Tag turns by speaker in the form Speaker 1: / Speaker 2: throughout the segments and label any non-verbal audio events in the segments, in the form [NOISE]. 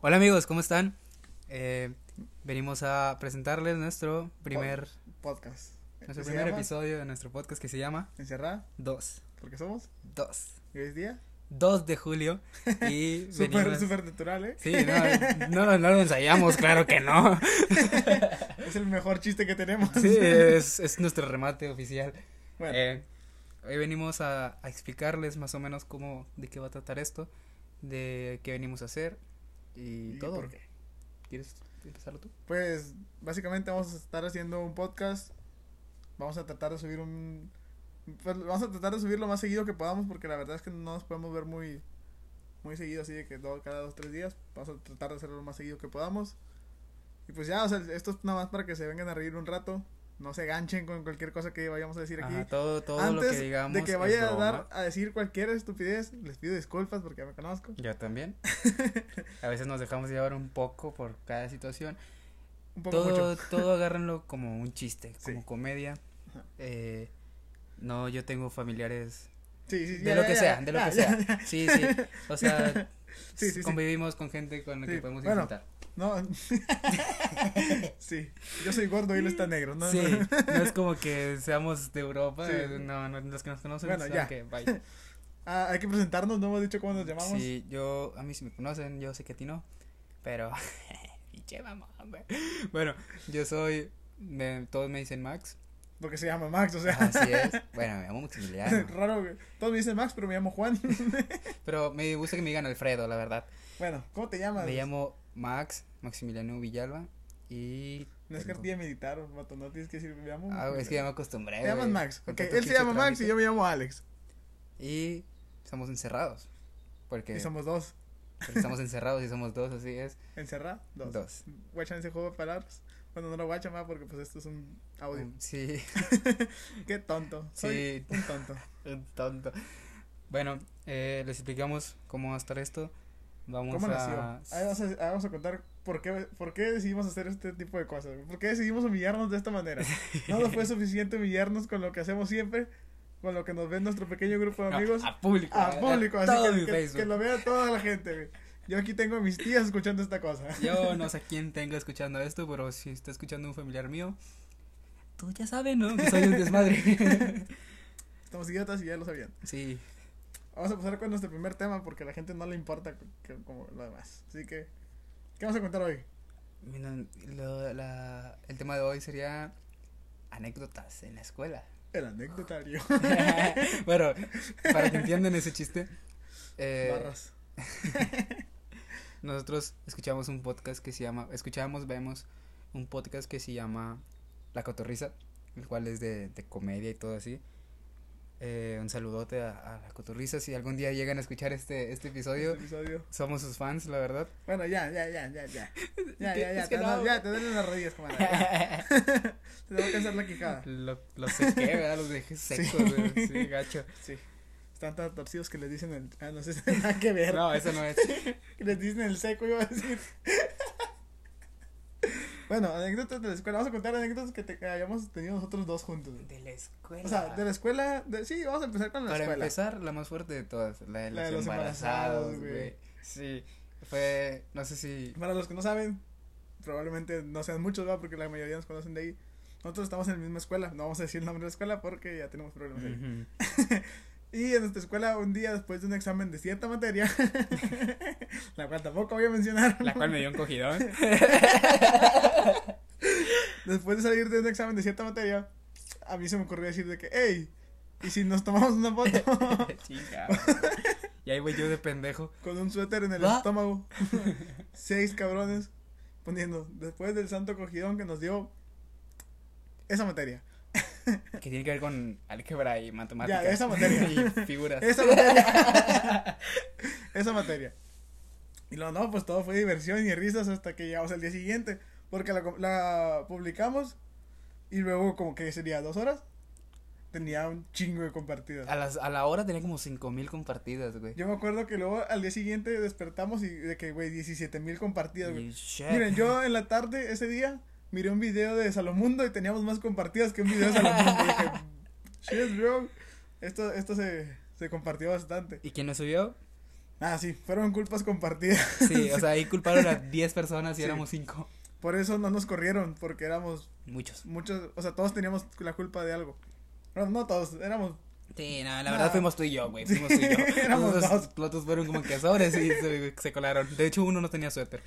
Speaker 1: Hola amigos, ¿cómo están? Eh, venimos a presentarles nuestro primer,
Speaker 2: Podcast.
Speaker 1: nuestro
Speaker 2: ¿Se
Speaker 1: primer
Speaker 2: llama?
Speaker 1: episodio de nuestro podcast que se llama
Speaker 2: Encerrada,
Speaker 1: 2.
Speaker 2: porque somos.
Speaker 1: 2.
Speaker 2: Y hoy es día.
Speaker 1: 2 de
Speaker 2: [LAUGHS]
Speaker 1: julio. Y
Speaker 2: Súper,
Speaker 1: venimos-
Speaker 2: súper natural, ¿eh?
Speaker 1: Sí, no, no, lo- no lo ensayamos, claro que
Speaker 2: [LAUGHS]
Speaker 1: no.
Speaker 2: Es el mejor chiste que tenemos.
Speaker 1: Sí, es, es nuestro remate oficial.
Speaker 2: [LAUGHS] Bueno,
Speaker 1: Eh, hoy venimos a, a explicarles más o menos cómo, de qué va a tratar esto, de qué venimos a hacer y,
Speaker 2: ¿y
Speaker 1: todo.
Speaker 2: por qué?
Speaker 1: ¿Quieres empezarlo tú?
Speaker 2: Pues básicamente vamos a estar haciendo un podcast. Vamos a tratar de subir un. pues, vamos a tratar de subir lo más seguido que podamos porque la verdad es que no nos podemos ver muy muy seguido así de que do- cada dos tres días. Vamos a tratar de hacerlo lo más seguido que podamos. Y pues ya, o sea, esto es nada más para que se vengan a reír un rato. No se ganchen con cualquier cosa que vayamos a decir aquí.
Speaker 1: Ajá, todo, todo
Speaker 2: Antes
Speaker 1: lo que digamos.
Speaker 2: de que
Speaker 1: es
Speaker 2: vaya a
Speaker 1: broma.
Speaker 2: dar a decir cualquier estupidez, les pido disculpas porque ya me conozco.
Speaker 1: Yo también. A veces nos dejamos llevar un poco por cada situación.
Speaker 2: Un poco
Speaker 1: todo,
Speaker 2: mucho.
Speaker 1: [LAUGHS] todo agárrenlo como un chiste,
Speaker 2: Sí.
Speaker 1: como comedia.
Speaker 2: Ajá.
Speaker 1: Eh, no, yo tengo familiares
Speaker 2: Sí, sí, sí,
Speaker 1: de
Speaker 2: ya,
Speaker 1: lo
Speaker 2: ya,
Speaker 1: que
Speaker 2: ya,
Speaker 1: sea, de lo
Speaker 2: ya,
Speaker 1: que
Speaker 2: ya,
Speaker 1: sea.
Speaker 2: ya.
Speaker 1: Sí, sí. O sea,
Speaker 2: [LAUGHS] Sí, sí, sí.
Speaker 1: convivimos con gente con la que
Speaker 2: Sí,
Speaker 1: podemos
Speaker 2: bueno,
Speaker 1: disfrutar.
Speaker 2: No. [LAUGHS] sí, yo soy gordo y él está negro, ¿no?
Speaker 1: sí,
Speaker 2: No, no.
Speaker 1: no es como que seamos de Europa,
Speaker 2: Sí.
Speaker 1: eh, no, no, los que nos conocen
Speaker 2: Bueno,
Speaker 1: saben
Speaker 2: ya.
Speaker 1: que vaya.
Speaker 2: Ah, hay que presentarnos, no hemos dicho cómo nos llamamos.
Speaker 1: Sí, yo, a mí si me conocen, yo sé que a ti no, pero, [LAUGHS] pinche mamá, güey. Bueno, yo soy, me- todos me dicen Max,
Speaker 2: Porque se llama Max, o sea.
Speaker 1: así es, bueno, me llamo Maximiliano,
Speaker 2: [LAUGHS] Raro, güey. Todos me dicen Max, pero me llamo Juan. [LAUGHS]
Speaker 1: pero me gusta que me digan Alfredo, la verdad.
Speaker 2: bueno, ¿cómo te llamas?
Speaker 1: Me llamo Max, Maximiliano Villalba, y...
Speaker 2: No es
Speaker 1: tengo-
Speaker 2: cartilla militar, vato, no tienes que decir, me llamo.
Speaker 1: Ah, güey, es que ya me eh, acostumbré,
Speaker 2: Te llamas
Speaker 1: güey,
Speaker 2: Max.
Speaker 1: con
Speaker 2: Ok,
Speaker 1: tanto
Speaker 2: él se
Speaker 1: pinche
Speaker 2: llama Max y
Speaker 1: trámite.
Speaker 2: yo me llamo Alex.
Speaker 1: Y estamos encerrados, porque,
Speaker 2: Y somos dos.
Speaker 1: porque estamos encerrados y somos dos, así es.
Speaker 2: Encerrá, dos.
Speaker 1: Dos.
Speaker 2: Guachan ese juego de palabras. Bueno, no lo guachan más porque pues esto es un audio.
Speaker 1: Um, Sí, [LAUGHS]
Speaker 2: Qué tonto. Soy
Speaker 1: Sí.
Speaker 2: un tonto.
Speaker 1: Un tonto. Bueno, eh, les explicamos cómo va a estar esto. [LAUGHS] Vamos
Speaker 2: ¿Cómo nació?
Speaker 1: a.
Speaker 2: Ahí vamos a, ahí vamos a contar por qué, por qué decidimos hacer este tipo de cosas. ¿Por qué decidimos humillarnos de
Speaker 1: [LAUGHS]
Speaker 2: esta manera? No nos fue suficiente humillarnos con lo que hacemos siempre, con lo que nos ve nuestro pequeño grupo de
Speaker 1: No,
Speaker 2: amigos,
Speaker 1: a público. eh,
Speaker 2: a público. Así
Speaker 1: todo
Speaker 2: que-
Speaker 1: mi
Speaker 2: que,
Speaker 1: Facebook.
Speaker 2: que lo vea toda la gente. güey. Yo aquí tengo a mis tías escuchando esta cosa. [LAUGHS]
Speaker 1: Yo no sé quién tenga escuchando esto, pero si está escuchando un familiar mío, tú ya sabes, ¿no? Que soy un
Speaker 2: [LAUGHS]
Speaker 1: desmadre.
Speaker 2: Estamos idiotas y ya lo sabían.
Speaker 1: sí.
Speaker 2: Vamos a pasar con nuestro primer tema porque a la gente no le importa co- que- como lo demás. Así que, ¿qué vamos a contar hoy?
Speaker 1: Mira, lo- la- el tema de hoy sería anécdotas en la escuela. [LAUGHS]
Speaker 2: El anecdotario.
Speaker 1: bueno, para que entiendan ese chiste. [LAUGHS] eh,
Speaker 2: [LAUGHS] Barras.
Speaker 1: Nosotros escuchamos un podcast que se llama, escuchamos, vemos un podcast que se llama La Cotorrisa, el cual es de, de comedia y todo así. Eh, un saludote a, a La Cotorrisa, si algún día llegan a escuchar este, este episodio,
Speaker 2: Este episodio.
Speaker 1: somos sus fans, la [LAUGHS] verdad.
Speaker 2: Bueno, ya, ya, ya,
Speaker 1: [LAUGHS]
Speaker 2: ya, ya. Ya,
Speaker 1: que-
Speaker 2: ya, ya.
Speaker 1: es que
Speaker 2: Te, dan-
Speaker 1: no.
Speaker 2: ya, te duelen las rodillas, comadre. te va a cansar
Speaker 1: [LAUGHS]
Speaker 2: la quijada.
Speaker 1: Lo- los sequé, ¿verdad? Los dejé secos, güey, sí, gacho.
Speaker 2: Sí. Están tan torcidos que les dicen el. Ah, no sé, [LAUGHS] nada que ver.
Speaker 1: No, eso no es.
Speaker 2: Que [LAUGHS] les dicen el seco, iba a decir. [LAUGHS] bueno, anécdotas de la escuela. Vamos a contar anécdotas que, te- que hayamos tenido nosotros dos juntos.
Speaker 1: [LAUGHS] De la escuela.
Speaker 2: O sea, de la escuela. de- sí, vamos a empezar con la
Speaker 1: Para
Speaker 2: escuela.
Speaker 1: empezar, la más fuerte de todas, la de los,
Speaker 2: La de los
Speaker 1: embarazados,
Speaker 2: embarazados, güey.
Speaker 1: güey. Sí, fue, no sé si...
Speaker 2: Para los que no saben, probablemente no sean muchos, ¿verdad? Porque la mayoría nos conocen de ahí. Nosotros estamos en la misma escuela. No vamos a decir el nombre de la escuela porque ya tenemos problemas ahí.
Speaker 1: Ujú.
Speaker 2: Y en nuestra escuela, un día después de un examen de cierta
Speaker 1: [LAUGHS]
Speaker 2: materia, la cual tampoco voy a mencionar,
Speaker 1: La cual me dio un cogidón.
Speaker 2: [LAUGHS] después de salir de un examen de cierta materia, a mí se me ocurrió decir de que, hey, ¿y si nos tomamos una foto
Speaker 1: [LAUGHS] Chinga. y ahí voy yo de pendejo.
Speaker 2: con un suéter en el
Speaker 1: Va. [LAUGHS]
Speaker 2: estómago? Seis cabrones poniendo, después del santo cogidón que nos dio esa materia.
Speaker 1: Que tiene que ver con álgebra y matemáticas.
Speaker 2: Ya, esa materia.
Speaker 1: [LAUGHS] y figuras.
Speaker 2: Esa materia. [LAUGHS] esa materia. Y lo no, pues todo fue diversión y risas hasta que llegamos al día siguiente. Porque la, co- la publicamos y luego, como que sería dos horas, tenía un chingo de compartidas.
Speaker 1: A, las, a la hora tenía como 5000 compartidas, güey.
Speaker 2: Yo me acuerdo que luego al día siguiente despertamos y de que, güey, 17 mil compartidas, güey.
Speaker 1: Y shit.
Speaker 2: Miren, yo en la tarde ese día miré un video de Salomundo y teníamos más compartidas que un video de Salomundo. Y dije, shit, bro. Esto, esto se, se compartió bastante.
Speaker 1: ¿Y quién lo subió?
Speaker 2: Ah, sí, fueron culpas compartidas. [LAUGHS]
Speaker 1: Sí, o sea, ahí culparon a 10 personas y
Speaker 2: Sí.
Speaker 1: éramos 5.
Speaker 2: Por eso no nos corrieron, porque éramos
Speaker 1: Muchos.
Speaker 2: muchos, o sea, todos teníamos la culpa de algo. No, no todos, éramos,
Speaker 1: Sí, no, la
Speaker 2: No.
Speaker 1: verdad fuimos tú y yo, güey.
Speaker 2: Sí,
Speaker 1: Fuimos tú y yo.
Speaker 2: [LAUGHS] éramos
Speaker 1: Los
Speaker 2: dos.
Speaker 1: Los fueron como que sobres y se, se colaron. De hecho, uno no tenía
Speaker 2: [LAUGHS]
Speaker 1: suéter.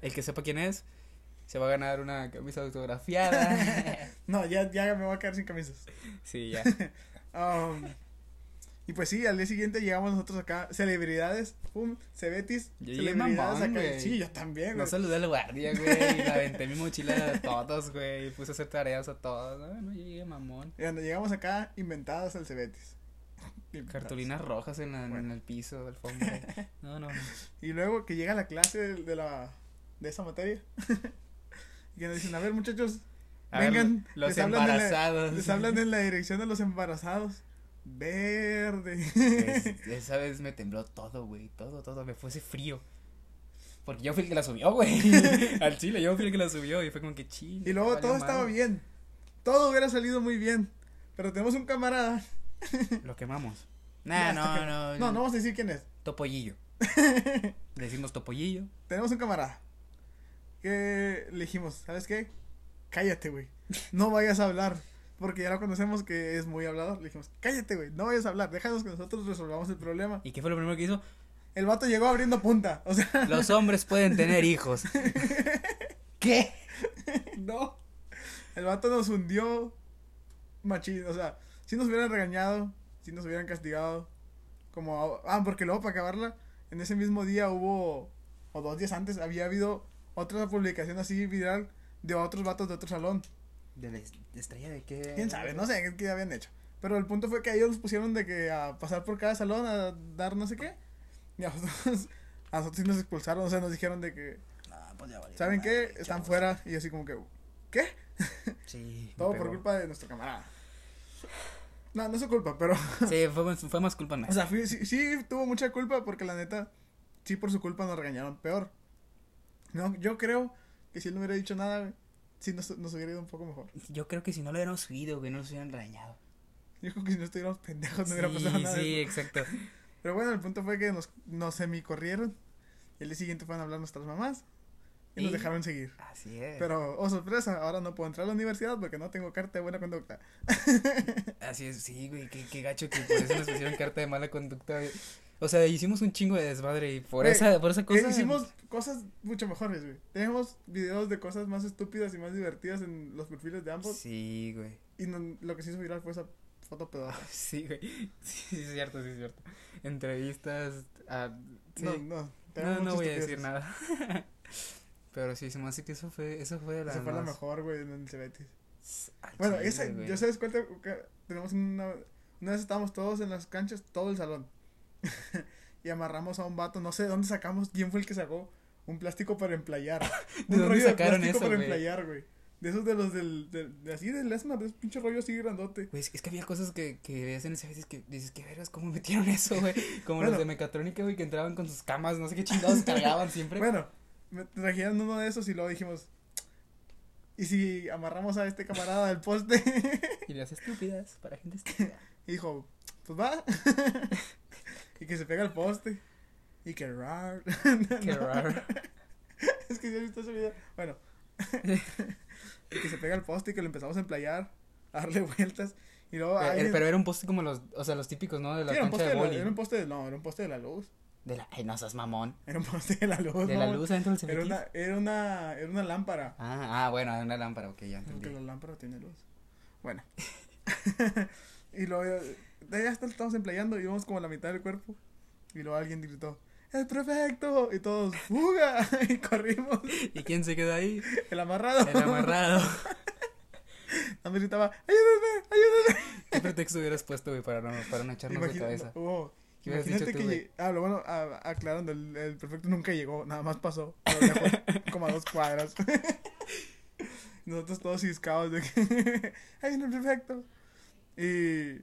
Speaker 1: El que sepa quién es, se va a ganar una camisa [LAUGHS] autografiada.
Speaker 2: no, ya, ya me voy a quedar sin camisas.
Speaker 1: Sí, ya.
Speaker 2: Um, y pues sí, al día siguiente llegamos nosotros acá, celebridades, pum, cebetis,
Speaker 1: Yo llegué
Speaker 2: celebridades
Speaker 1: mamón,
Speaker 2: acá.
Speaker 1: güey.
Speaker 2: Sí, yo también,
Speaker 1: No
Speaker 2: güey.
Speaker 1: saludé al guardia, güey. y Le aventé mi mochila a todos, güey. y Puse a hacer tareas a todos. Ah, No, no llegué, mamón.
Speaker 2: Y cuando llegamos acá, inventadas
Speaker 1: [LAUGHS]
Speaker 2: al cebetis. Inventadas.
Speaker 1: Cartulinas rojas en, la- en
Speaker 2: Bueno.
Speaker 1: el piso, alfombra. No, no.
Speaker 2: Y luego que llega la clase de, de la de esa materia. [LAUGHS] y que nos dicen, a ver muchachos,
Speaker 1: A ver,
Speaker 2: vengan.
Speaker 1: los
Speaker 2: hablan de la-
Speaker 1: embarazados.
Speaker 2: les hablan en la dirección de los embarazados. Verde. [LAUGHS]
Speaker 1: Es- Pues, esa vez me tembló todo, güey. Todo, todo. Me fue ese frío. Porque yo fui el que la subió,
Speaker 2: [LAUGHS]
Speaker 1: güey. Al chile, yo fui el que la subió. Y fue como que chile.
Speaker 2: y luego todo estaba bien. Todo hubiera salido muy bien. Pero tenemos un camarada.
Speaker 1: Lo quemamos. Nah, no, no.
Speaker 2: No, no vamos a decir quién es.
Speaker 1: Topollillo.
Speaker 2: [LAUGHS]
Speaker 1: Le decimos topollillo.
Speaker 2: Tenemos un camarada. Que le dijimos, ¿sabes qué? Cállate, güey. No vayas a hablar. Porque ya lo conocemos que es muy hablador. Le dijimos, cállate, güey. No vayas a hablar. Déjanos que nosotros resolvamos el problema.
Speaker 1: ¿Y qué fue lo primero que hizo?
Speaker 2: El vato llegó abriendo punta. O sea,
Speaker 1: Los hombres pueden tener hijos. ¿Qué?
Speaker 2: no. El vato nos hundió. Machín. O sea, si nos hubieran regañado, si nos hubieran castigado. Como, ah, porque luego para acabarla, en ese mismo día hubo, o dos días antes, había habido otra publicación así viral de otros vatos de otro salón.
Speaker 1: ¿De la est- estrella de qué?
Speaker 2: Quién sabe, no sé qué habían hecho. Pero el punto fue que ellos nos pusieron de que a pasar por cada salón a dar no sé qué. Y a nosotros, [LAUGHS] a nosotros sí nos expulsaron, o sea, nos dijeron de que,
Speaker 1: Ah, pues ya valió
Speaker 2: ¿saben
Speaker 1: madre,
Speaker 2: qué? Están
Speaker 1: chavos.
Speaker 2: fuera. Y así como que, ¿qué?
Speaker 1: Sí. me
Speaker 2: Todo por
Speaker 1: pegó.
Speaker 2: culpa de nuestro camarada. No, no es su culpa, pero. [LAUGHS]
Speaker 1: Sí, fue, más- fue más culpa
Speaker 2: O
Speaker 1: nuestra.
Speaker 2: sea, fui- sí, sí tuvo mucha culpa porque la neta, sí por su culpa nos regañaron peor. No, yo creo que si él no hubiera dicho nada, güey, sí nos, nos hubiera ido un poco mejor. [LAUGHS]
Speaker 1: Yo creo que si no lo hubiéramos subido, güey, no nos hubieran rañado.
Speaker 2: Yo creo que si no estuviéramos pendejos no
Speaker 1: sí,
Speaker 2: hubiera pasado nada. de
Speaker 1: sí,
Speaker 2: eso.
Speaker 1: exacto.
Speaker 2: Pero bueno, el punto fue que nos, nos semicorrieron. Y el día siguiente fueron a hablar nuestras mamás. Y
Speaker 1: Y- eh.
Speaker 2: nos dejaron seguir.
Speaker 1: Así es.
Speaker 2: Pero, oh sorpresa, ahora no puedo entrar a la universidad porque no tengo carta de buena conducta.
Speaker 1: Así es, sí, güey, qué, qué gacho que por eso nos pusieron carta de mala conducta. güey. O sea, hicimos un chingo de desmadre y por,
Speaker 2: Güey,
Speaker 1: esa, por esa cosa.
Speaker 2: Eh, hicimos cosas mucho mejores, güey. Tenemos videos de cosas más estúpidas y más divertidas en los perfiles de ambos.
Speaker 1: Sí, güey.
Speaker 2: Y no- lo que se hizo viral fue esa foto pedada.
Speaker 1: [LAUGHS] Sí, güey. Sí, sí, es cierto, sí, es cierto. Entrevistas. ah, sí.
Speaker 2: No, no.
Speaker 1: No,
Speaker 2: tenemos
Speaker 1: no
Speaker 2: muchas
Speaker 1: voy a decir
Speaker 2: estupideces.
Speaker 1: nada. [LAUGHS] Pero sí, se me hace que eso fue, eso fue la
Speaker 2: Esa fue la
Speaker 1: más-
Speaker 2: mejor, güey, en el Cebetis.
Speaker 1: Al
Speaker 2: Bueno,
Speaker 1: chile,
Speaker 2: esa,
Speaker 1: güey.
Speaker 2: yo sabes cuál te- que tenemos una, una vez estábamos todos en las canchas, todo el salón. [LAUGHS] y amarramos a un vato, no sé de dónde sacamos, quién fue el que sacó un plástico para emplayar.
Speaker 1: [LAUGHS] ¿De
Speaker 2: un
Speaker 1: dónde
Speaker 2: rollo de
Speaker 1: sacaron
Speaker 2: plástico
Speaker 1: eso,
Speaker 2: para
Speaker 1: güey?
Speaker 2: emplayar, güey. De esos de los del, del- de así del ESMA, de ese pinche rollo así grandote.
Speaker 1: Güey, es es que había cosas que, que veías en ese veces que dices, ¿qué vergas? ¿Cómo metieron eso,
Speaker 2: [LAUGHS]
Speaker 1: güey? Como
Speaker 2: Bueno.
Speaker 1: los de mecatrónica, güey, que entraban con sus camas, no sé qué
Speaker 2: [LAUGHS]
Speaker 1: chingados cargaban siempre.
Speaker 2: Bueno, me trajeron uno de esos y luego dijimos, ¿y si amarramos a este camarada al poste? [LAUGHS]
Speaker 1: Y las estúpidas, para gente estúpida.
Speaker 2: y dijo, pues va. [LAUGHS] y que se pega al poste. Y que rar. [LAUGHS]
Speaker 1: Qué
Speaker 2: No. [LAUGHS]
Speaker 1: raro. Eh,
Speaker 2: Es que yo he visto ese video. Bueno. [LAUGHS] Y que se pega el poste y que lo empezamos a emplayar, a darle vueltas. Y luego
Speaker 1: Pero-
Speaker 2: alguien-
Speaker 1: eh, Pero era un poste como los, o sea, los típicos, ¿no? De la
Speaker 2: Sí, era un
Speaker 1: cancha
Speaker 2: poste de
Speaker 1: de
Speaker 2: la,
Speaker 1: boli.
Speaker 2: era un poste de, no, era un poste de la luz.
Speaker 1: De la, ay, no seas mamón.
Speaker 2: Era un poste de la luz.
Speaker 1: De la
Speaker 2: ¿no?
Speaker 1: luz adentro del
Speaker 2: Pues Era
Speaker 1: cementerio.
Speaker 2: una, era una, era una lámpara.
Speaker 1: Ah, ah, bueno, de una lámpara, ok, ya
Speaker 2: Porque
Speaker 1: entendí.
Speaker 2: la lámpara tiene luz. Bueno. [LAUGHS] y luego eh, ya está- estamos emplayando y íbamos como a la mitad del cuerpo. Y luego alguien gritó, ¡El prefecto! Y todos, ¡fuga! [LAUGHS] y corrimos.
Speaker 1: ¿Y quién se quedó ahí?
Speaker 2: El amarrado. [LAUGHS]
Speaker 1: El amarrado.
Speaker 2: Andrés gritaba, ¡ayúdame! ¡ayúdame!
Speaker 1: ¿Qué pretexto hubieras puesto, güey, para no, para no echarnos de
Speaker 2: Imagina-
Speaker 1: cabeza?
Speaker 2: oh,
Speaker 1: ¿Qué hubieras
Speaker 2: imagínate
Speaker 1: dicho
Speaker 2: que
Speaker 1: tú, güey?
Speaker 2: [LAUGHS] llegue- Ah, lo bueno, a- aclarando, el, el perfecto nunca llegó, nada más pasó. pero lejos,
Speaker 1: [LAUGHS]
Speaker 2: como a dos cuadras. [LAUGHS] Nosotros todos ciscados de que. [LAUGHS] ¡Ay, no, perfecto! Y.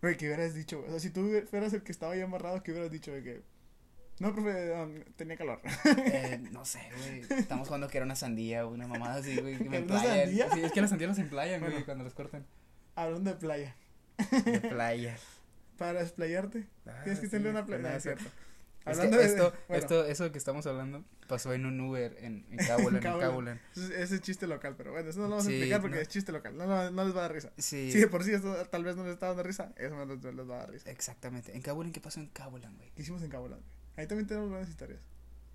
Speaker 2: Güey, ¿qué hubieras dicho? güey? O sea, si tú fueras el que estaba ahí amarrado, ¿qué hubieras dicho? De que. No, profe, um, tenía calor. [LAUGHS]
Speaker 1: Eh, no sé, güey. Estamos jugando que era una sandía o una mamada así, güey. Que me
Speaker 2: ¿Era una
Speaker 1: emplayan.
Speaker 2: sandía?
Speaker 1: Sí, es que las sandías las emplayan, güey,
Speaker 2: Bueno.
Speaker 1: cuando las
Speaker 2: [LAUGHS]
Speaker 1: cortan.
Speaker 2: Hablando de playa.
Speaker 1: De playa. Ah,
Speaker 2: Para desplayarte, tienes que tener una playa. No, es cierto.
Speaker 1: Es que
Speaker 2: Hablando de-
Speaker 1: esto,
Speaker 2: bueno.
Speaker 1: esto, eso que estamos hablando pasó en un Uber en, en Cabulan, en
Speaker 2: Cabulan.
Speaker 1: Cabulan.
Speaker 2: Ese ese es chiste local, pero bueno, eso no lo vamos
Speaker 1: Sí,
Speaker 2: a explicar porque
Speaker 1: no.
Speaker 2: es chiste local. No, no, no les va a dar risa.
Speaker 1: Sí,
Speaker 2: Si de por sí esto tal vez no les está dando risa, eso no les, no les va a dar risa.
Speaker 1: exactamente. ¿En Cabulan qué pasó en Cabulan, güey?
Speaker 2: ¿Qué hicimos en Cabo Blanco? Ahí también tenemos buenas historias.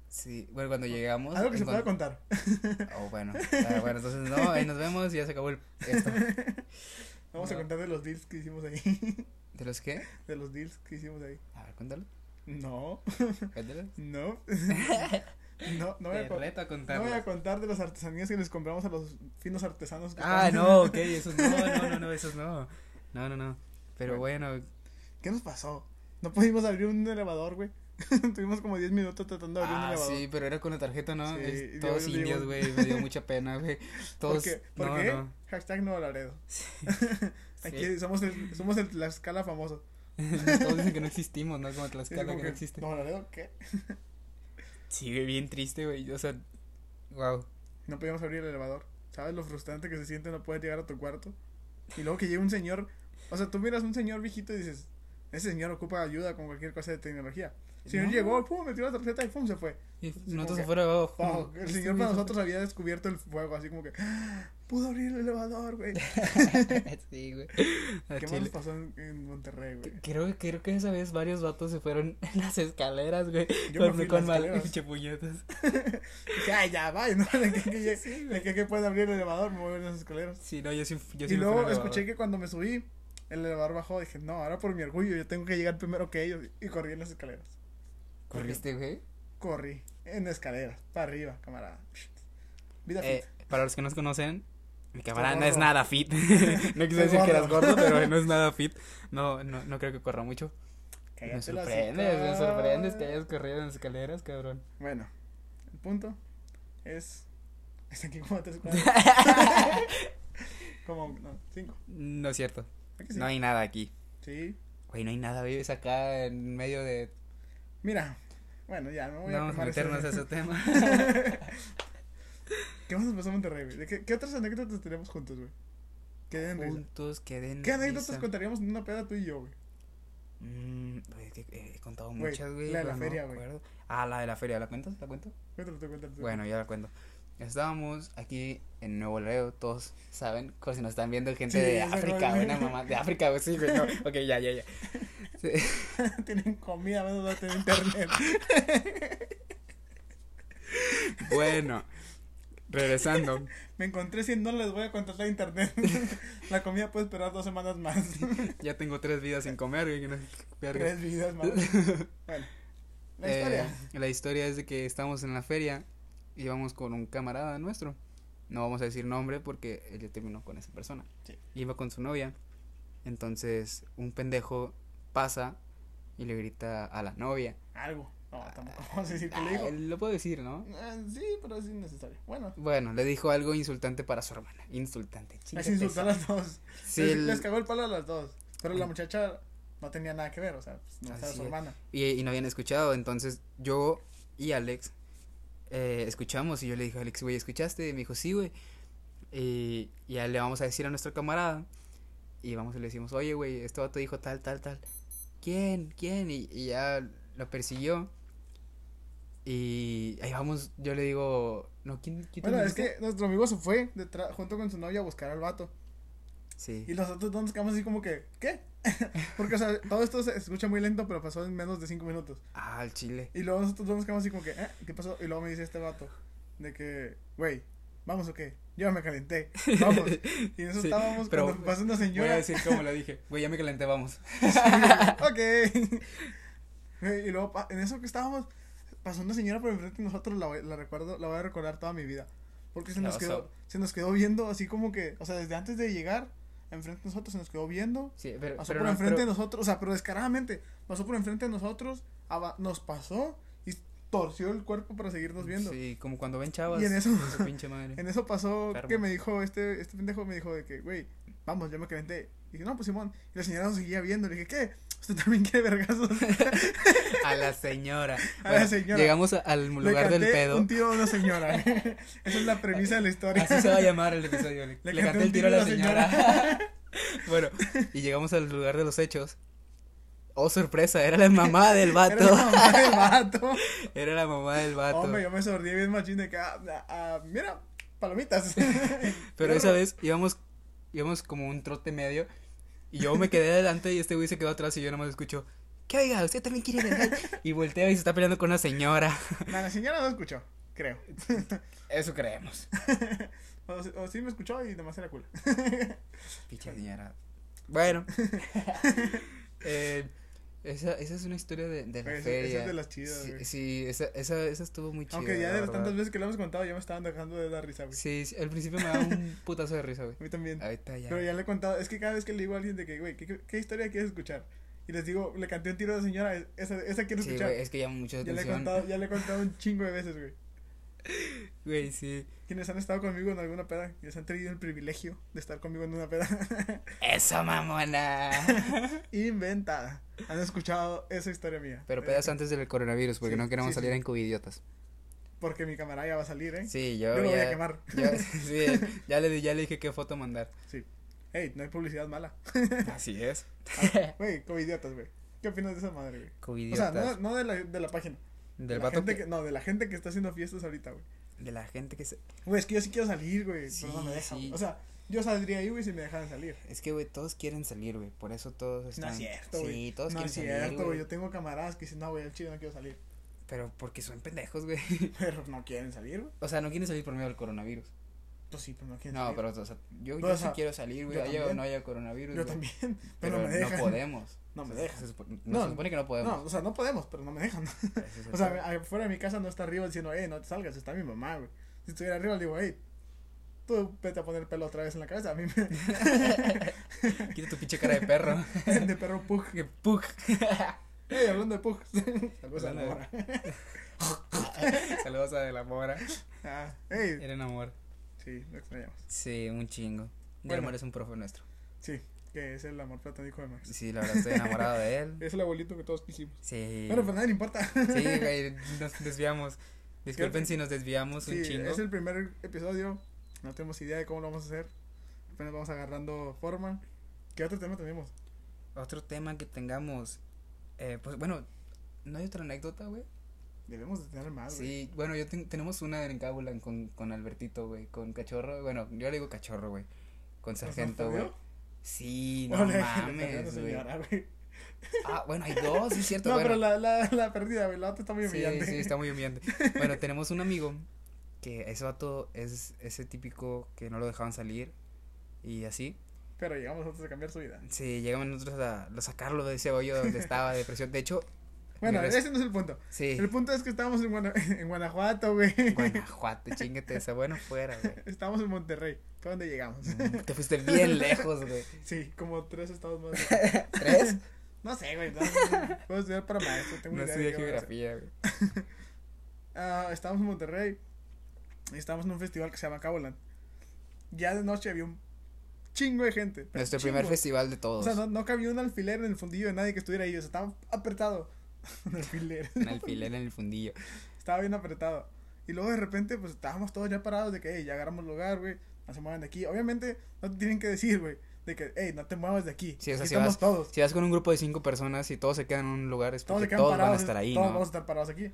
Speaker 1: Sí, bueno, cuando llegamos...
Speaker 2: Ah, Algo que se
Speaker 1: encon-
Speaker 2: pueda contar. [LAUGHS]
Speaker 1: Oh, bueno. Ah, bueno, entonces, no, ahí nos vemos y ya se acabó el... Esto.
Speaker 2: Vamos a
Speaker 1: No.
Speaker 2: contar de los deals que hicimos ahí. [LAUGHS]
Speaker 1: ¿De los qué?
Speaker 2: De los deals que hicimos ahí.
Speaker 1: A ver, cuéntalo,
Speaker 2: No,
Speaker 1: cuéntalo.
Speaker 2: no. [LAUGHS] No, no
Speaker 1: [LAUGHS]
Speaker 2: voy
Speaker 1: Te
Speaker 2: a contar.
Speaker 1: reto a
Speaker 2: No
Speaker 1: contarlo.
Speaker 2: voy a contar de las artesanías que les compramos a los finos artesanos. que
Speaker 1: Ah,
Speaker 2: pasan.
Speaker 1: no, ok, esos no, no, no, no, esos no. No, no, no. Pero bueno,
Speaker 2: [LAUGHS] ¿Qué nos pasó? No pudimos abrir un elevador, güey. [LAUGHS] Tuvimos como 10 minutos tratando de abrir un
Speaker 1: Ah,
Speaker 2: elevador.
Speaker 1: sí, pero era con la tarjeta, ¿no?
Speaker 2: Sí,
Speaker 1: Es-
Speaker 2: yo-
Speaker 1: todos
Speaker 2: yo digo-
Speaker 1: indios, güey, me dio mucha pena, güey.
Speaker 2: [LAUGHS]
Speaker 1: Todos,
Speaker 2: ¿Por qué? ¿Por
Speaker 1: no,
Speaker 2: qué?
Speaker 1: no. [LAUGHS]
Speaker 2: Hashtag Nuevo Laredo. [LAUGHS] Aquí
Speaker 1: Sí.
Speaker 2: somos, el, somos el Tlaxcala famoso.
Speaker 1: todos dicen que no existimos, ¿no? Como
Speaker 2: Sí,
Speaker 1: Tlaxcala,
Speaker 2: como
Speaker 1: que no
Speaker 2: que,
Speaker 1: existe.
Speaker 2: ¿Nuevo Laredo qué?
Speaker 1: Sí, güey, bien triste, güey, o sea, wow.
Speaker 2: No podíamos abrir el elevador. ¿Sabes lo frustrante que se siente no poder llegar a tu cuarto? Y luego que llegue un señor... O sea, tú miras un señor viejito y dices... Ese señor ocupa ayuda con cualquier cosa de tecnología. El señor
Speaker 1: No.
Speaker 2: llegó, pum, metió la tarjeta y pum, se fue.
Speaker 1: Y
Speaker 2: como
Speaker 1: nosotros
Speaker 2: que-
Speaker 1: afuera, abajo.
Speaker 2: Fuck,
Speaker 1: este
Speaker 2: el señor para nosotros había descubierto el fuego, así como que... "Ah, Pudo abrir el elevador,
Speaker 1: [LAUGHS]
Speaker 2: güey.
Speaker 1: [LAUGHS] sí, güey.
Speaker 2: ¿Qué más nos pasó en, en Monterrey, güey?
Speaker 1: Creo, creo que esa vez varios vatos se fueron [LAUGHS] en las escaleras, güey.
Speaker 2: Yo me
Speaker 1: Con,
Speaker 2: fui
Speaker 1: con
Speaker 2: con
Speaker 1: mal
Speaker 2: escaleras.
Speaker 1: pinche puñetas.
Speaker 2: [LAUGHS] Dije, "Ay, ya, vaya, Ah, ¿no? [LAUGHS] De que, que, de que, que pueden abrir el elevador, me voy a ver las escaleras.
Speaker 1: Sí, no, yo sí, yo sí me fui
Speaker 2: y luego
Speaker 1: al elevador.
Speaker 2: escuché que cuando me subí, el elevador bajó. Dije, no, ahora por mi orgullo, yo tengo que llegar primero que ellos. Y corrí en las escaleras.
Speaker 1: ¿Corriste, güey?
Speaker 2: Corrí en escaleras, para arriba, camarada. Vida
Speaker 1: Eh,
Speaker 2: fit.
Speaker 1: para los que nos conocen, mi camarada no
Speaker 2: gordo.
Speaker 1: es nada fit. [LAUGHS]
Speaker 2: [LAUGHS]
Speaker 1: no quise decir que eras
Speaker 2: gordo.
Speaker 1: gordo,
Speaker 2: [LAUGHS]
Speaker 1: pero no es nada fit. No, no, no creo que corra mucho.
Speaker 2: Cállate
Speaker 1: Me
Speaker 2: la
Speaker 1: sorprendes, me
Speaker 2: boca.
Speaker 1: sorprendes que hayas corrido en las escaleras, cabrón.
Speaker 2: Bueno, el punto es. [LAUGHS] Está aquí como a
Speaker 1: [LAUGHS]
Speaker 2: tres cuadras. como, no, cinco.
Speaker 1: No es cierto.
Speaker 2: ¿A que sí?
Speaker 1: No hay nada aquí.
Speaker 2: Sí.
Speaker 1: Güey, no hay nada, vives acá en medio de...
Speaker 2: Mira, bueno, ya, no voy
Speaker 1: No
Speaker 2: a
Speaker 1: vamos a
Speaker 2: quemar ese-
Speaker 1: meternos a
Speaker 2: [LAUGHS]
Speaker 1: ese tema.
Speaker 2: ¿Qué más nos pasó en Monterrey, güey? ¿De ¿Qué, qué otras anécdotas tenemos juntos, güey? Que den risa.
Speaker 1: Juntos, queden...
Speaker 2: ¿Qué anécdotas contaríamos en una peda tú y yo, güey?
Speaker 1: Mm, güey, que- eh, he contado
Speaker 2: Güey,
Speaker 1: muchas, güey.
Speaker 2: la de la
Speaker 1: pero no
Speaker 2: feria, güey.
Speaker 1: acuerdo. Ah, la de la feria, ¿la cuentas? ¿La cuento?
Speaker 2: Cuéntalo tú, cuéntalo tú.
Speaker 1: Bueno, ya la cuento. Estábamos aquí en Nuevo Laredo, todos saben, por si nos están viendo gente
Speaker 2: Sí,
Speaker 1: de
Speaker 2: ya se
Speaker 1: África,
Speaker 2: acabó.
Speaker 1: buena mamá, de África, güey, sí, güey, no, ok, ya, ya, ya. Sí,
Speaker 2: [LAUGHS] Tienen comida, menos no tienen internet.
Speaker 1: Bueno, [LAUGHS] regresando,
Speaker 2: Me encontré 100 dólares, voy a
Speaker 1: [LAUGHS]
Speaker 2: contratar internet. la comida puede esperar dos semanas más.
Speaker 1: ya tengo tres vidas sin comer, güey, que no, verga.
Speaker 2: Tres vidas más. Bueno, la
Speaker 1: Eh,
Speaker 2: historia.
Speaker 1: la historia es de que estamos en la feria y vamos con un camarada nuestro. No vamos a decir nombre porque él ya terminó con esa persona.
Speaker 2: Sí.
Speaker 1: Iba con su novia. Entonces, un pendejo pasa y le grita a la novia.
Speaker 2: Algo. No, tampoco [LAUGHS] vamos a decir que le
Speaker 1: Ah,
Speaker 2: digo.
Speaker 1: Lo puedo decir, ¿no?
Speaker 2: Eh, sí, pero es innecesario. Bueno,
Speaker 1: Bueno, le dijo algo insultante para su hermana. Insultante.
Speaker 2: es
Speaker 1: chíngate
Speaker 2: insultar a
Speaker 1: esa.
Speaker 2: las dos.
Speaker 1: Sí,
Speaker 2: les,
Speaker 1: el- Mm.
Speaker 2: les cagó el palo a las dos. Pero la muchacha no tenía nada que ver, o sea, pues, no estaba
Speaker 1: Así
Speaker 2: su
Speaker 1: es.
Speaker 2: hermana.
Speaker 1: y, y no habían escuchado. Entonces yo y Alex eh, escuchamos y yo le dije, Alex, güey, ¿escuchaste? Y me dijo, sí, güey. Y y ya le vamos a decir a nuestro camarada. Y vamos y le decimos, oye, güey, este vato dijo tal, tal, tal. ¿Quién? ¿Quién? Y, y ya lo persiguió. Y ahí vamos, yo le digo, no, ¿quién? quién te
Speaker 2: Bueno, es
Speaker 1: dijiste?
Speaker 2: que nuestro amigo se fue detrás- junto con su novia a buscar al vato.
Speaker 1: Sí.
Speaker 2: Y nosotros nos quedamos así como que, ¿qué? [LAUGHS] Porque, o sea, todo esto se escucha muy lento, pero pasó en menos de cinco minutos.
Speaker 1: Ah, el chile.
Speaker 2: Y luego nosotros nos quedamos así como que, ¿eh? ¿Qué pasó? Y luego me dice este vato, de que, güey, ¿vamos o qué? Yo ya me calenté, vamos. Y en
Speaker 1: [LAUGHS]
Speaker 2: eso
Speaker 1: Sí,
Speaker 2: estábamos
Speaker 1: pero
Speaker 2: cuando pasó una
Speaker 1: Voy a
Speaker 2: señora. [LAUGHS]
Speaker 1: decir como le dije, güey, ya me calenté, vamos. [LAUGHS]
Speaker 2: ok. Güey, y luego, pa- en eso que estábamos, pasó una señora por enfrente de nosotros, la, voy- la recuerdo, la voy a recordar toda mi vida. Porque se
Speaker 1: La
Speaker 2: nos,
Speaker 1: vas a-
Speaker 2: quedó, se nos quedó viendo así como que, o sea, desde antes de llegar, enfrente de nosotros se nos quedó viendo.
Speaker 1: Sí, pero,
Speaker 2: Pasó
Speaker 1: pero
Speaker 2: por
Speaker 1: no,
Speaker 2: enfrente
Speaker 1: pero-
Speaker 2: de nosotros, o sea, pero descaradamente. Pasó por enfrente de nosotros, ava- nos pasó y torció el cuerpo para seguirnos viendo.
Speaker 1: Sí, como cuando ven chavas.
Speaker 2: Y en eso-
Speaker 1: su pinche madre.
Speaker 2: [LAUGHS] En eso pasó
Speaker 1: Enfermo.
Speaker 2: que me dijo este, este pendejo, me dijo de que, güey, vamos, yo me calenté. Y dije, no, pues Simón. Y la señora nos seguía viendo. Le dije, ¿qué? ¿Usted también quiere vergazos? [LAUGHS]
Speaker 1: A la señora.
Speaker 2: A la
Speaker 1: Bueno,
Speaker 2: señora.
Speaker 1: Llegamos a- al
Speaker 2: Le
Speaker 1: lugar del
Speaker 2: canté
Speaker 1: pedo.
Speaker 2: un tiro a una señora. [LAUGHS] Esa es la premisa de la historia.
Speaker 1: Así
Speaker 2: [LAUGHS]
Speaker 1: se va a llamar el episodio. Le, le canté [LAUGHS] el tiro a la señora. bueno, y llegamos al lugar de los hechos. Oh, sorpresa, era la mamá del
Speaker 2: [LAUGHS] Era la
Speaker 1: vato.
Speaker 2: mamá del vato.
Speaker 1: [LAUGHS] Era la mamá del vato.
Speaker 2: Hombre, yo me sorprendí bien machín de que, ah, ah, ah, mira, palomitas. [LAUGHS]
Speaker 1: Pero esa vez íbamos, íbamos como un trote medio. Y yo me quedé adelante y este güey se quedó atrás y yo nomás escucho. ¿Qué oiga? ¿Usted también quiere verdad? Y voltea y se está peleando con una señora.
Speaker 2: Nah, la señora no escuchó, creo.
Speaker 1: Eso creemos.
Speaker 2: O, o sí me escuchó y nomás era cool. [LAUGHS]
Speaker 1: Picha señora. Bueno. [LAUGHS] Eh, esa, esa es una historia de, de la
Speaker 2: Esa- esa es
Speaker 1: feria.
Speaker 2: de las chidas,
Speaker 1: Sí,
Speaker 2: güey.
Speaker 1: sí, esa, esa, esa estuvo muy chida.
Speaker 2: Aunque
Speaker 1: la
Speaker 2: ya de las
Speaker 1: verdad.
Speaker 2: tantas veces que lo hemos contado ya me estaban dejando de dar risa, güey.
Speaker 1: Sí, sí, al principio me daba un
Speaker 2: [LAUGHS]
Speaker 1: putazo de risa, güey.
Speaker 2: A mí también.
Speaker 1: Ahorita ya.
Speaker 2: Pero ya le he contado, es que cada vez que le digo a alguien de que, güey, ¿qué, qué, qué historia quieres escuchar? Y les digo, le canté un tiro a la señora, es- esa, esa quiero
Speaker 1: sí,
Speaker 2: escuchar.
Speaker 1: güey, es que llama mucho la
Speaker 2: ya, le he
Speaker 1: atención.
Speaker 2: contado, ya le he contado un chingo de veces, güey.
Speaker 1: Güey, sí.
Speaker 2: Quienes han estado conmigo en alguna peda, les han tenido el privilegio de estar conmigo en una peda [LAUGHS]
Speaker 1: Eso, mamona.
Speaker 2: inventada. Han escuchado esa historia mía.
Speaker 1: Pero
Speaker 2: Eh,
Speaker 1: pedas antes del coronavirus, porque
Speaker 2: Sí,
Speaker 1: no queremos
Speaker 2: sí, sí.
Speaker 1: salir en covidiotas.
Speaker 2: Porque mi cámara ya va a salir, ¿eh?
Speaker 1: Sí,
Speaker 2: Yo
Speaker 1: yo. ya,
Speaker 2: lo voy a quemar. [LAUGHS]
Speaker 1: yo- sí, ya le, di- ya le dije qué foto mandar.
Speaker 2: Sí. Ey, no hay
Speaker 1: [LAUGHS]
Speaker 2: publicidad mala.
Speaker 1: Así es. [LAUGHS]
Speaker 2: Ah, Güey, covidiotas, güey. ¿Qué opinas de esa madre, güey? O sea,
Speaker 1: Covidiotas.
Speaker 2: no, no de, la, de la página. de
Speaker 1: Del
Speaker 2: la
Speaker 1: vato
Speaker 2: gente
Speaker 1: que,
Speaker 2: que... No, de la gente que está haciendo fiestas ahorita, güey.
Speaker 1: De la gente que se.
Speaker 2: Güey, es que yo sí quiero salir, güey.
Speaker 1: Sí,
Speaker 2: pero no me dejan.
Speaker 1: sí.
Speaker 2: güey. O sea, yo saldría ahí, güey, si me dejaran salir.
Speaker 1: Es que, güey, todos quieren salir, güey. Por eso todos están.
Speaker 2: No es cierto,
Speaker 1: Sí,
Speaker 2: güey.
Speaker 1: todos
Speaker 2: no
Speaker 1: quieren
Speaker 2: es cierto,
Speaker 1: salir.
Speaker 2: güey.
Speaker 1: güey.
Speaker 2: Yo tengo camaradas que dicen, no, güey, el chido no quiero salir. [LAUGHS]
Speaker 1: Pero porque son pendejos, güey. [LAUGHS]
Speaker 2: Pero no quieren salir, güey.
Speaker 1: O sea, no quieren salir por miedo al coronavirus.
Speaker 2: Pues sí, pero no quieren
Speaker 1: No,
Speaker 2: salir.
Speaker 1: pero, o sea, yo,
Speaker 2: No,
Speaker 1: yo
Speaker 2: o
Speaker 1: sí
Speaker 2: sea,
Speaker 1: quiero salir, güey.
Speaker 2: yo
Speaker 1: Haya o
Speaker 2: también.
Speaker 1: no haya coronavirus.
Speaker 2: Yo
Speaker 1: güey.
Speaker 2: también, [LAUGHS] pero,
Speaker 1: Pero
Speaker 2: no me dejan.
Speaker 1: podemos.
Speaker 2: No me
Speaker 1: O sea,
Speaker 2: dejan.
Speaker 1: Se, supone,
Speaker 2: No,
Speaker 1: no, se supone que no podemos.
Speaker 2: No, o sea, no podemos, pero no me dejan.
Speaker 1: [LAUGHS] Ese es el
Speaker 2: O sea, [LAUGHS]
Speaker 1: pedo.
Speaker 2: afuera de mi casa no está arriba diciendo, eh, no te salgas, está mi mamá, güey. Si estuviera arriba, le digo, hey, tú vete a poner pelo otra vez en la cabeza. A mí me.
Speaker 1: quita tu pinche cara de perro.
Speaker 2: [LAUGHS]
Speaker 1: [LAUGHS]
Speaker 2: de perro pug.
Speaker 1: Que pug. [LAUGHS]
Speaker 2: Hey, hablando de pug. [LAUGHS] Saludos a la
Speaker 1: Hablando
Speaker 2: mora.
Speaker 1: Saludos a De la Mora.
Speaker 2: [LAUGHS] Ah, hey.
Speaker 1: Era amor.
Speaker 2: Sí, lo extrañamos.
Speaker 1: Sí, un chingo. De
Speaker 2: Bueno.
Speaker 1: amor es un profe nuestro.
Speaker 2: Sí, que es el amor platónico de Max.
Speaker 1: Sí, la verdad estoy enamorado de él.
Speaker 2: Es el abuelito que todos quisimos.
Speaker 1: Sí.
Speaker 2: Bueno, pero a nadie le importa. [LAUGHS]
Speaker 1: Sí, güey, nos desviamos. Disculpen si nos desviamos
Speaker 2: Sí,
Speaker 1: un chingo.
Speaker 2: es el primer episodio. No tenemos idea de cómo lo vamos a hacer. Apenas vamos agarrando forma. ¿Qué otro tema tenemos?
Speaker 1: Otro tema que tengamos. Eh, pues bueno, ¿no hay otra anécdota, güey?
Speaker 2: Debemos de tener más, Ah, güey.
Speaker 1: Sí, bueno, yo ten- tenemos una en Cabulan con, con Albertito, güey, con Cachorro, bueno, yo le digo Cachorro, güey, con
Speaker 2: ¿Nos
Speaker 1: Sargento,
Speaker 2: jodió?
Speaker 1: güey. Sí, no
Speaker 2: [LAUGHS] Ole, le perdió a la
Speaker 1: mames, güey.
Speaker 2: señora, güey.
Speaker 1: Ah, bueno, hay dos, sí es cierto,
Speaker 2: No,
Speaker 1: bueno.
Speaker 2: pero la, la, la perdida, güey. La otra está muy
Speaker 1: Sí,
Speaker 2: humillante.
Speaker 1: sí, está muy humillante. Bueno, tenemos un amigo que ese vato es ese típico que no lo dejaban salir y así.
Speaker 2: [LAUGHS] Pero llegamos nosotros a cambiar su vida.
Speaker 1: Sí, llegamos nosotros a, a sacarlo de ese hoyo donde estaba de depresión. De hecho,
Speaker 2: Bueno,
Speaker 1: mi res-
Speaker 2: ese no es el punto.
Speaker 1: sí,
Speaker 2: El punto es que estábamos en, Guana- [LAUGHS] en Guanajuato, güey.
Speaker 1: Guanajuato, chingate esa, bueno, fuera, güey.
Speaker 2: [LAUGHS] Estábamos en Monterrey. ¿Fue donde llegamos?
Speaker 1: Mm, Te fuiste bien lejos, güey.
Speaker 2: Sí, como tres estados más.
Speaker 1: [LAUGHS] ¿Tres?
Speaker 2: [LAUGHS] No sé,
Speaker 1: [LAUGHS]
Speaker 2: güey. no, Puedo estudiar para maestro. Tengo
Speaker 1: No
Speaker 2: idea
Speaker 1: estudié
Speaker 2: de qué voy a hacer.
Speaker 1: geografía, güey.
Speaker 2: Ah, estábamos en Monterrey. y Estábamos en un festival que se llama Caboland. Ya de noche había un chingo de gente. pero
Speaker 1: Nuestro
Speaker 2: chingo.
Speaker 1: primer festival de
Speaker 2: O
Speaker 1: todos.
Speaker 2: sea, no, no cabía un alfiler en el fundillo de nadie que estuviera ahí. O sea, estaba apretado. [LAUGHS] un alfiler.
Speaker 1: Un alfiler en el fundillo.
Speaker 2: estaba bien apretado. Y luego de repente, pues estábamos todos ya parados de que, hey, ya agarramos lugar, güey. No se muevan de aquí. Obviamente, no te tienen que decir, güey. De que, hey, no te muevas de aquí.
Speaker 1: Sí, o sea,
Speaker 2: aquí
Speaker 1: si
Speaker 2: estamos
Speaker 1: vas-
Speaker 2: todos.
Speaker 1: Si vas con un grupo de cinco personas y todos se quedan en un lugar, es
Speaker 2: todos se
Speaker 1: porque
Speaker 2: quedan
Speaker 1: todos
Speaker 2: parados.
Speaker 1: van a estar ahí,
Speaker 2: todos
Speaker 1: ¿no?
Speaker 2: vamos a estar parados aquí.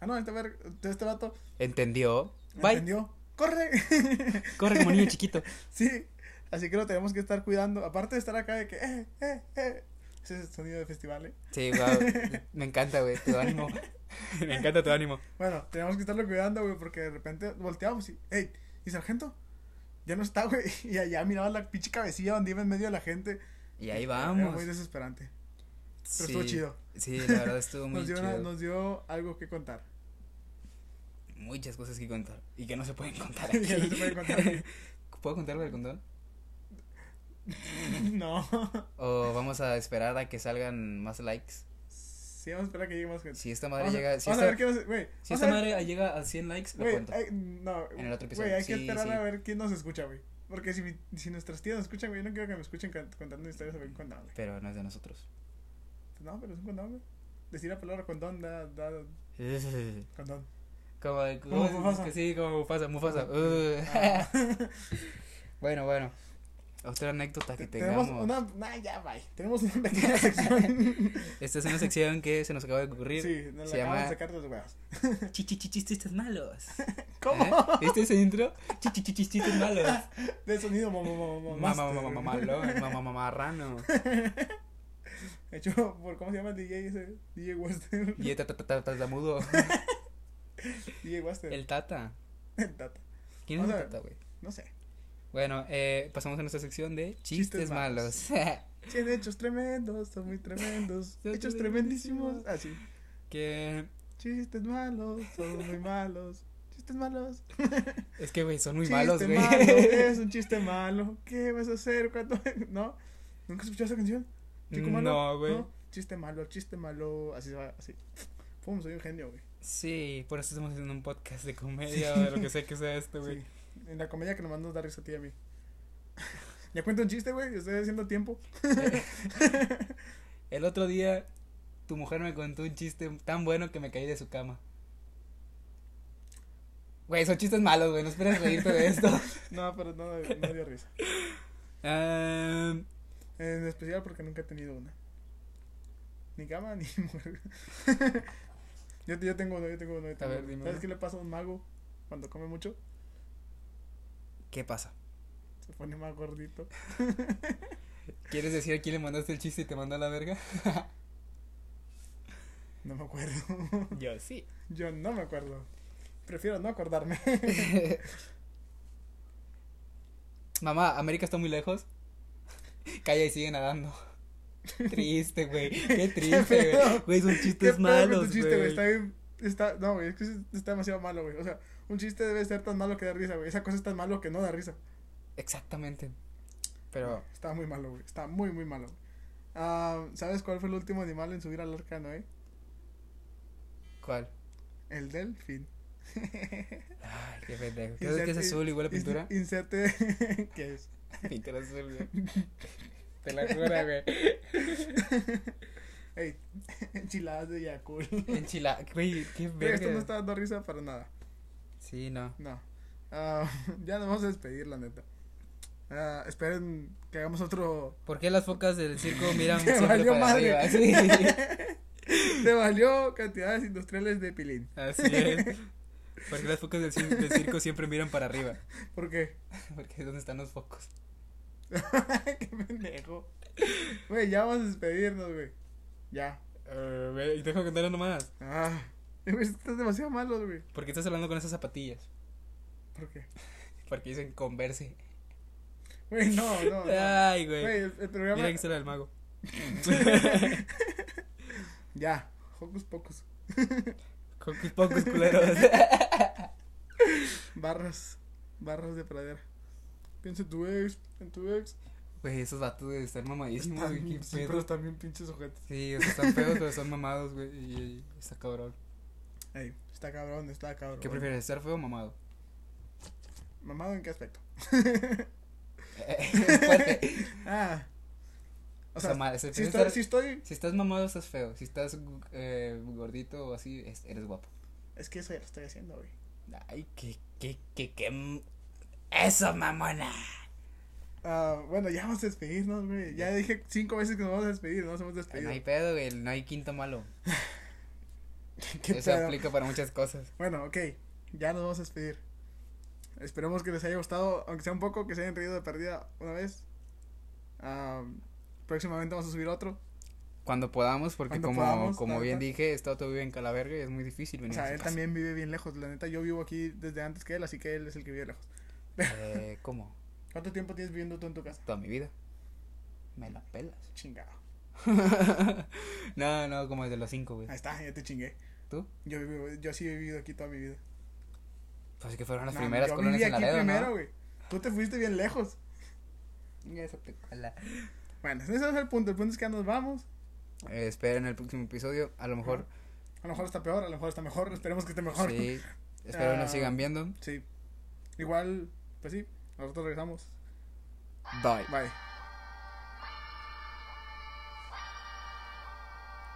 Speaker 2: Ah, no, este, ver, este vato
Speaker 1: Entendió. Bye.
Speaker 2: entendió. ¡Corre! [LAUGHS]
Speaker 1: Corre como niño chiquito.
Speaker 2: Sí, así que lo tenemos que estar cuidando. Aparte de estar acá de que, eh, eh, eh. Ese es el sonido de festival, eh.
Speaker 1: Sí, guau, Me encanta, güey. Tu
Speaker 2: [LAUGHS]
Speaker 1: ánimo. Me encanta tu ánimo.
Speaker 2: Bueno, tenemos que estarlo cuidando, güey, porque de repente volteamos y, hey, ¿y sargento? Ya no está, [LAUGHS] güey. Y allá miraba la pinche cabecilla donde iba en medio de la gente.
Speaker 1: Y ahí
Speaker 2: Era
Speaker 1: vamos.
Speaker 2: muy desesperante.
Speaker 1: sí.
Speaker 2: Eh, estuvo chido.
Speaker 1: Sí, la verdad estuvo muy
Speaker 2: [LAUGHS] Nos dio,
Speaker 1: chido.
Speaker 2: una- nos dio algo que contar. [LAUGHS]
Speaker 1: Muchas cosas que contar. Y que no se pueden
Speaker 2: [LAUGHS]
Speaker 1: contar
Speaker 2: Que
Speaker 1: aquí.
Speaker 2: no se pueden contar aquí.
Speaker 1: ¿Puedo contarlo del condón?
Speaker 2: no.
Speaker 1: ¿O vamos a esperar a que salgan más likes?
Speaker 2: Sí, vamos a esperar a que llegue más gente.
Speaker 1: Si esta madre
Speaker 2: Vamos a-
Speaker 1: llega. Si
Speaker 2: vamos a
Speaker 1: esta,
Speaker 2: ver qué nos. Güey,
Speaker 1: si
Speaker 2: vamos
Speaker 1: esta
Speaker 2: a ver-
Speaker 1: madre llega a 100 likes, lo
Speaker 2: Güey,
Speaker 1: cuento.
Speaker 2: hay- no,
Speaker 1: En el otro episodio.
Speaker 2: Güey, hay que
Speaker 1: Sí,
Speaker 2: esperar
Speaker 1: sí.
Speaker 2: a ver quién nos escucha, güey. Porque si, mi- si nuestras tías nos escuchan, güey, yo no quiero que me escuchen can- contando historias sobre un condón, güey. Pues
Speaker 1: Pero no es de
Speaker 2: [LAUGHS]
Speaker 1: nosotros.
Speaker 2: No, pero es un condón, güey. Decir la palabra condón da, da condón.
Speaker 1: Como,
Speaker 2: Como
Speaker 1: [LAUGHS]
Speaker 2: Mufasa.
Speaker 1: Que sí, como Mufasa, Mufasa. Uh.
Speaker 2: Ah.
Speaker 1: bueno, bueno. Otra anécdota que
Speaker 2: Tenemos
Speaker 1: tengamos.
Speaker 2: una. Nah, ya, bye. Tenemos una pequeña
Speaker 1: [LAUGHS]
Speaker 2: sección.
Speaker 1: Esta es una sección que se nos acaba de ocurrir.
Speaker 2: sí, nos
Speaker 1: se
Speaker 2: la acaban de
Speaker 1: llama
Speaker 2: sacar de los huevos.
Speaker 1: Chichichichistes malos.
Speaker 2: [LAUGHS] ¿Cómo?
Speaker 1: ¿Eh? ¿Viste ese intro? Chichichichistes malos.
Speaker 2: De sonido, mamá, mamá,
Speaker 1: Mamá, mamá, mamá, mamá, mamarrano.
Speaker 2: [LAUGHS] Hecho por, ¿cómo se llama el DJ ese? DJ Western. [LAUGHS]
Speaker 1: Y el tata- tata- tartamudo.
Speaker 2: DJ Western.
Speaker 1: El tata.
Speaker 2: [LAUGHS] El Tata.
Speaker 1: ¿Quién es el
Speaker 2: Vamos a ver.
Speaker 1: tata, güey?
Speaker 2: No sé.
Speaker 1: Bueno, eh, pasamos a nuestra sección de chistes,
Speaker 2: Chistes
Speaker 1: malos.
Speaker 2: malos. Tiene hechos tremendos, son muy tremendos.
Speaker 1: Son
Speaker 2: hechos
Speaker 1: tremendísimos.
Speaker 2: tremendísimos. Ah, sí.
Speaker 1: [LAUGHS] que
Speaker 2: Chistes malos, son muy malos. Chistes malos.
Speaker 1: es que, güey, son muy
Speaker 2: Chiste
Speaker 1: malos, güey.
Speaker 2: malo, es un chiste malo. ¿Qué vas a hacer cuando.? [LAUGHS] ¿No? ¿Nunca escuchaste esa canción? ¿Chico malo?
Speaker 1: Mm, No, güey.
Speaker 2: Chiste malo, chiste malo. Así se va, así. Pum, soy un genio, güey.
Speaker 1: [LAUGHS] Sí, por eso estamos haciendo un podcast de comedia o de lo que sea que sea esto, güey.
Speaker 2: Sí. En la comedia que nomás nos da risa a ti y a mí. [LAUGHS] Ya cuento un chiste, güey. Estoy haciendo tiempo.
Speaker 1: El otro día, tu mujer me contó un chiste tan bueno que me caí de su cama. Güey, son chistes malos, güey, no esperes reírte de
Speaker 2: [LAUGHS]
Speaker 1: esto.
Speaker 2: No, pero no, no dio risa.
Speaker 1: Am,
Speaker 2: En especial porque nunca he tenido una. Ni cama, [LAUGHS] ni mujer. yo, yo tengo uno, yo tengo uno. Yo tengo
Speaker 1: ver,
Speaker 2: uno.
Speaker 1: dime
Speaker 2: ¿Sabes
Speaker 1: uno.
Speaker 2: qué le pasa a un mago cuando come mucho?
Speaker 1: ¿Qué pasa?
Speaker 2: Se pone más gordito.
Speaker 1: ¿Quieres decir a quién le mandaste el chiste y te mandó a la verga?
Speaker 2: No me acuerdo. [LAUGHS]
Speaker 1: Yo sí.
Speaker 2: yo no me acuerdo. Prefiero no acordarme.
Speaker 1: [LAUGHS] Mamá, América está muy lejos. Calla y sigue nadando. Triste, güey.
Speaker 2: [LAUGHS]
Speaker 1: Qué triste, güey.
Speaker 2: pedo?
Speaker 1: Güey, [LAUGHS] son
Speaker 2: [LAUGHS] ¿Qué
Speaker 1: chistes
Speaker 2: pedo con tu
Speaker 1: malos,
Speaker 2: chiste, güey? Está
Speaker 1: güey.
Speaker 2: bien. Está, no, güey, es que está demasiado malo, güey. O sea, un chiste debe ser tan malo que da risa, güey. Esa cosa es tan malo que no da risa.
Speaker 1: Exactamente. Pero,
Speaker 2: Está muy malo, güey. Está muy, muy malo. güey. Ah, ¿Sabes cuál fue el último animal en subir al arca, Noé?
Speaker 1: ¿cuál?
Speaker 2: El delfín.
Speaker 1: Ay, qué pendejo. ¿Crees que es azul igual a
Speaker 2: Inserte-
Speaker 1: pintura?
Speaker 2: Inserte. [LAUGHS] ¿Qué es?
Speaker 1: [LAUGHS] Pintura azul,
Speaker 2: [LAUGHS]
Speaker 1: güey. Te la juro, güey.
Speaker 2: Ey, [LAUGHS] enchiladas de [LAUGHS] Yakul.
Speaker 1: Enchila, güey, qué
Speaker 2: Güey,
Speaker 1: verga.
Speaker 2: Esto no está dando risa para nada.
Speaker 1: Sí, no.
Speaker 2: No. Ah, [LAUGHS] ya nos vamos a despedir, la neta. Ah, esperen que hagamos otro.
Speaker 1: [LAUGHS] ¿Por qué las focas del circo miran
Speaker 2: [LAUGHS] Te
Speaker 1: siempre
Speaker 2: valió
Speaker 1: para
Speaker 2: madre.
Speaker 1: arriba? [LAUGHS] Sí.
Speaker 2: [LAUGHS] Te valió cantidades industriales de pilín.
Speaker 1: Así es. ¿Por qué las focas del, cir- del circo siempre miran para arriba? [LAUGHS]
Speaker 2: ¿Por qué? [LAUGHS]
Speaker 1: Porque es donde están los focos.
Speaker 2: qué pendejo. Güey, ya vamos a despedirnos, güey. Ya.
Speaker 1: Eh, güey, dejo contar uno más.
Speaker 2: Ah, [LAUGHS] güey, estás demasiado malo, güey.
Speaker 1: ¿Por qué estás hablando con esas zapatillas?
Speaker 2: ¿Por qué?
Speaker 1: Porque dicen converse.
Speaker 2: Güey, no, no. no.
Speaker 1: Ay,
Speaker 2: Güey,
Speaker 1: güey.
Speaker 2: el, el programa.
Speaker 1: Mira que
Speaker 2: [LAUGHS]
Speaker 1: será el mago.
Speaker 2: Ya, Hocus Pocus.
Speaker 1: Cocus pocos culeros.
Speaker 2: Barras, barras de pradera. Piensa en tu ex, en tu ex.
Speaker 1: Güey, esos vatos de estar mamadísimos.
Speaker 2: Están,
Speaker 1: güey, qué
Speaker 2: [LAUGHS] sí,
Speaker 1: pedo.
Speaker 2: pero también pinches ojetes.
Speaker 1: Sí, o sea, están feos, pero son mamados, güey. Y, y está cabrón.
Speaker 2: Ey, está cabrón, está cabrón.
Speaker 1: ¿Qué prefieres, estar feo o
Speaker 2: [LAUGHS]
Speaker 1: mamado? [LAUGHS]
Speaker 2: ¿Mamado en qué aspecto? [LAUGHS]
Speaker 1: Fuerte.
Speaker 2: Ah. O
Speaker 1: o sea,
Speaker 2: sea,
Speaker 1: mal, si,
Speaker 2: si,
Speaker 1: estás,
Speaker 2: estoy, si estoy.
Speaker 1: si estás mamado, estás feo. Si estás eh, gordito o así, es- eres guapo.
Speaker 2: Es que eso ya lo estoy haciendo, güey.
Speaker 1: Ay, qué, qué, qué, qué. m- Eso, mamona.
Speaker 2: Ah, bueno, ya vamos a despedirnos, güey. Ya dije cinco veces que nos vamos a despedir, no nos hemos
Speaker 1: No
Speaker 2: despedido.
Speaker 1: hay pedo, güey. No hay quinto malo.
Speaker 2: [LAUGHS] ¿Qué
Speaker 1: Eso
Speaker 2: pedo?
Speaker 1: aplica para muchas cosas.
Speaker 2: Bueno, ok, ya nos vamos a despedir. Esperemos que les haya gustado, aunque sea un poco, que se hayan reído de perdida una vez. Ah, próximamente vamos a subir otro.
Speaker 1: Cuando podamos, porque
Speaker 2: Cuando
Speaker 1: como,
Speaker 2: podamos,
Speaker 1: como
Speaker 2: la
Speaker 1: bien
Speaker 2: neta.
Speaker 1: dije, he estado todo vive en Calaverga y es muy difícil
Speaker 2: O
Speaker 1: venir a
Speaker 2: sea,
Speaker 1: su
Speaker 2: él
Speaker 1: casa.
Speaker 2: también vive bien lejos. La neta, yo vivo aquí desde antes que él, así que él es el que vive lejos.
Speaker 1: Eh, ¿Cómo?
Speaker 2: ¿Cuánto tiempo tienes viviendo tú en tu casa?
Speaker 1: Toda mi vida. Me la pelas.
Speaker 2: [LAUGHS] Chingado.
Speaker 1: no, no, como desde los cinco, güey.
Speaker 2: Ahí está, ya te chingué.
Speaker 1: ¿Tú?
Speaker 2: Yo, vivo- yo sí he vivido aquí toda mi vida.
Speaker 1: Pues es que fueron las
Speaker 2: No,
Speaker 1: primeras
Speaker 2: yo
Speaker 1: colonias
Speaker 2: viví
Speaker 1: en
Speaker 2: aquí
Speaker 1: Laredo,
Speaker 2: primero,
Speaker 1: ¿no?
Speaker 2: güey. Tú te fuiste bien lejos.
Speaker 1: Ya esa te cola.
Speaker 2: Bueno, ese es el punto. El punto es que ya nos vamos.
Speaker 1: Eh, esperen el próximo episodio, a lo mejor.
Speaker 2: A lo mejor está peor, a lo mejor está mejor. Esperemos que esté mejor.
Speaker 1: Sí. Espero
Speaker 2: Ah.
Speaker 1: nos sigan viendo.
Speaker 2: Sí. Igual, pues sí, nosotros regresamos.
Speaker 1: Bye.
Speaker 2: Bye.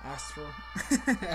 Speaker 2: Astro.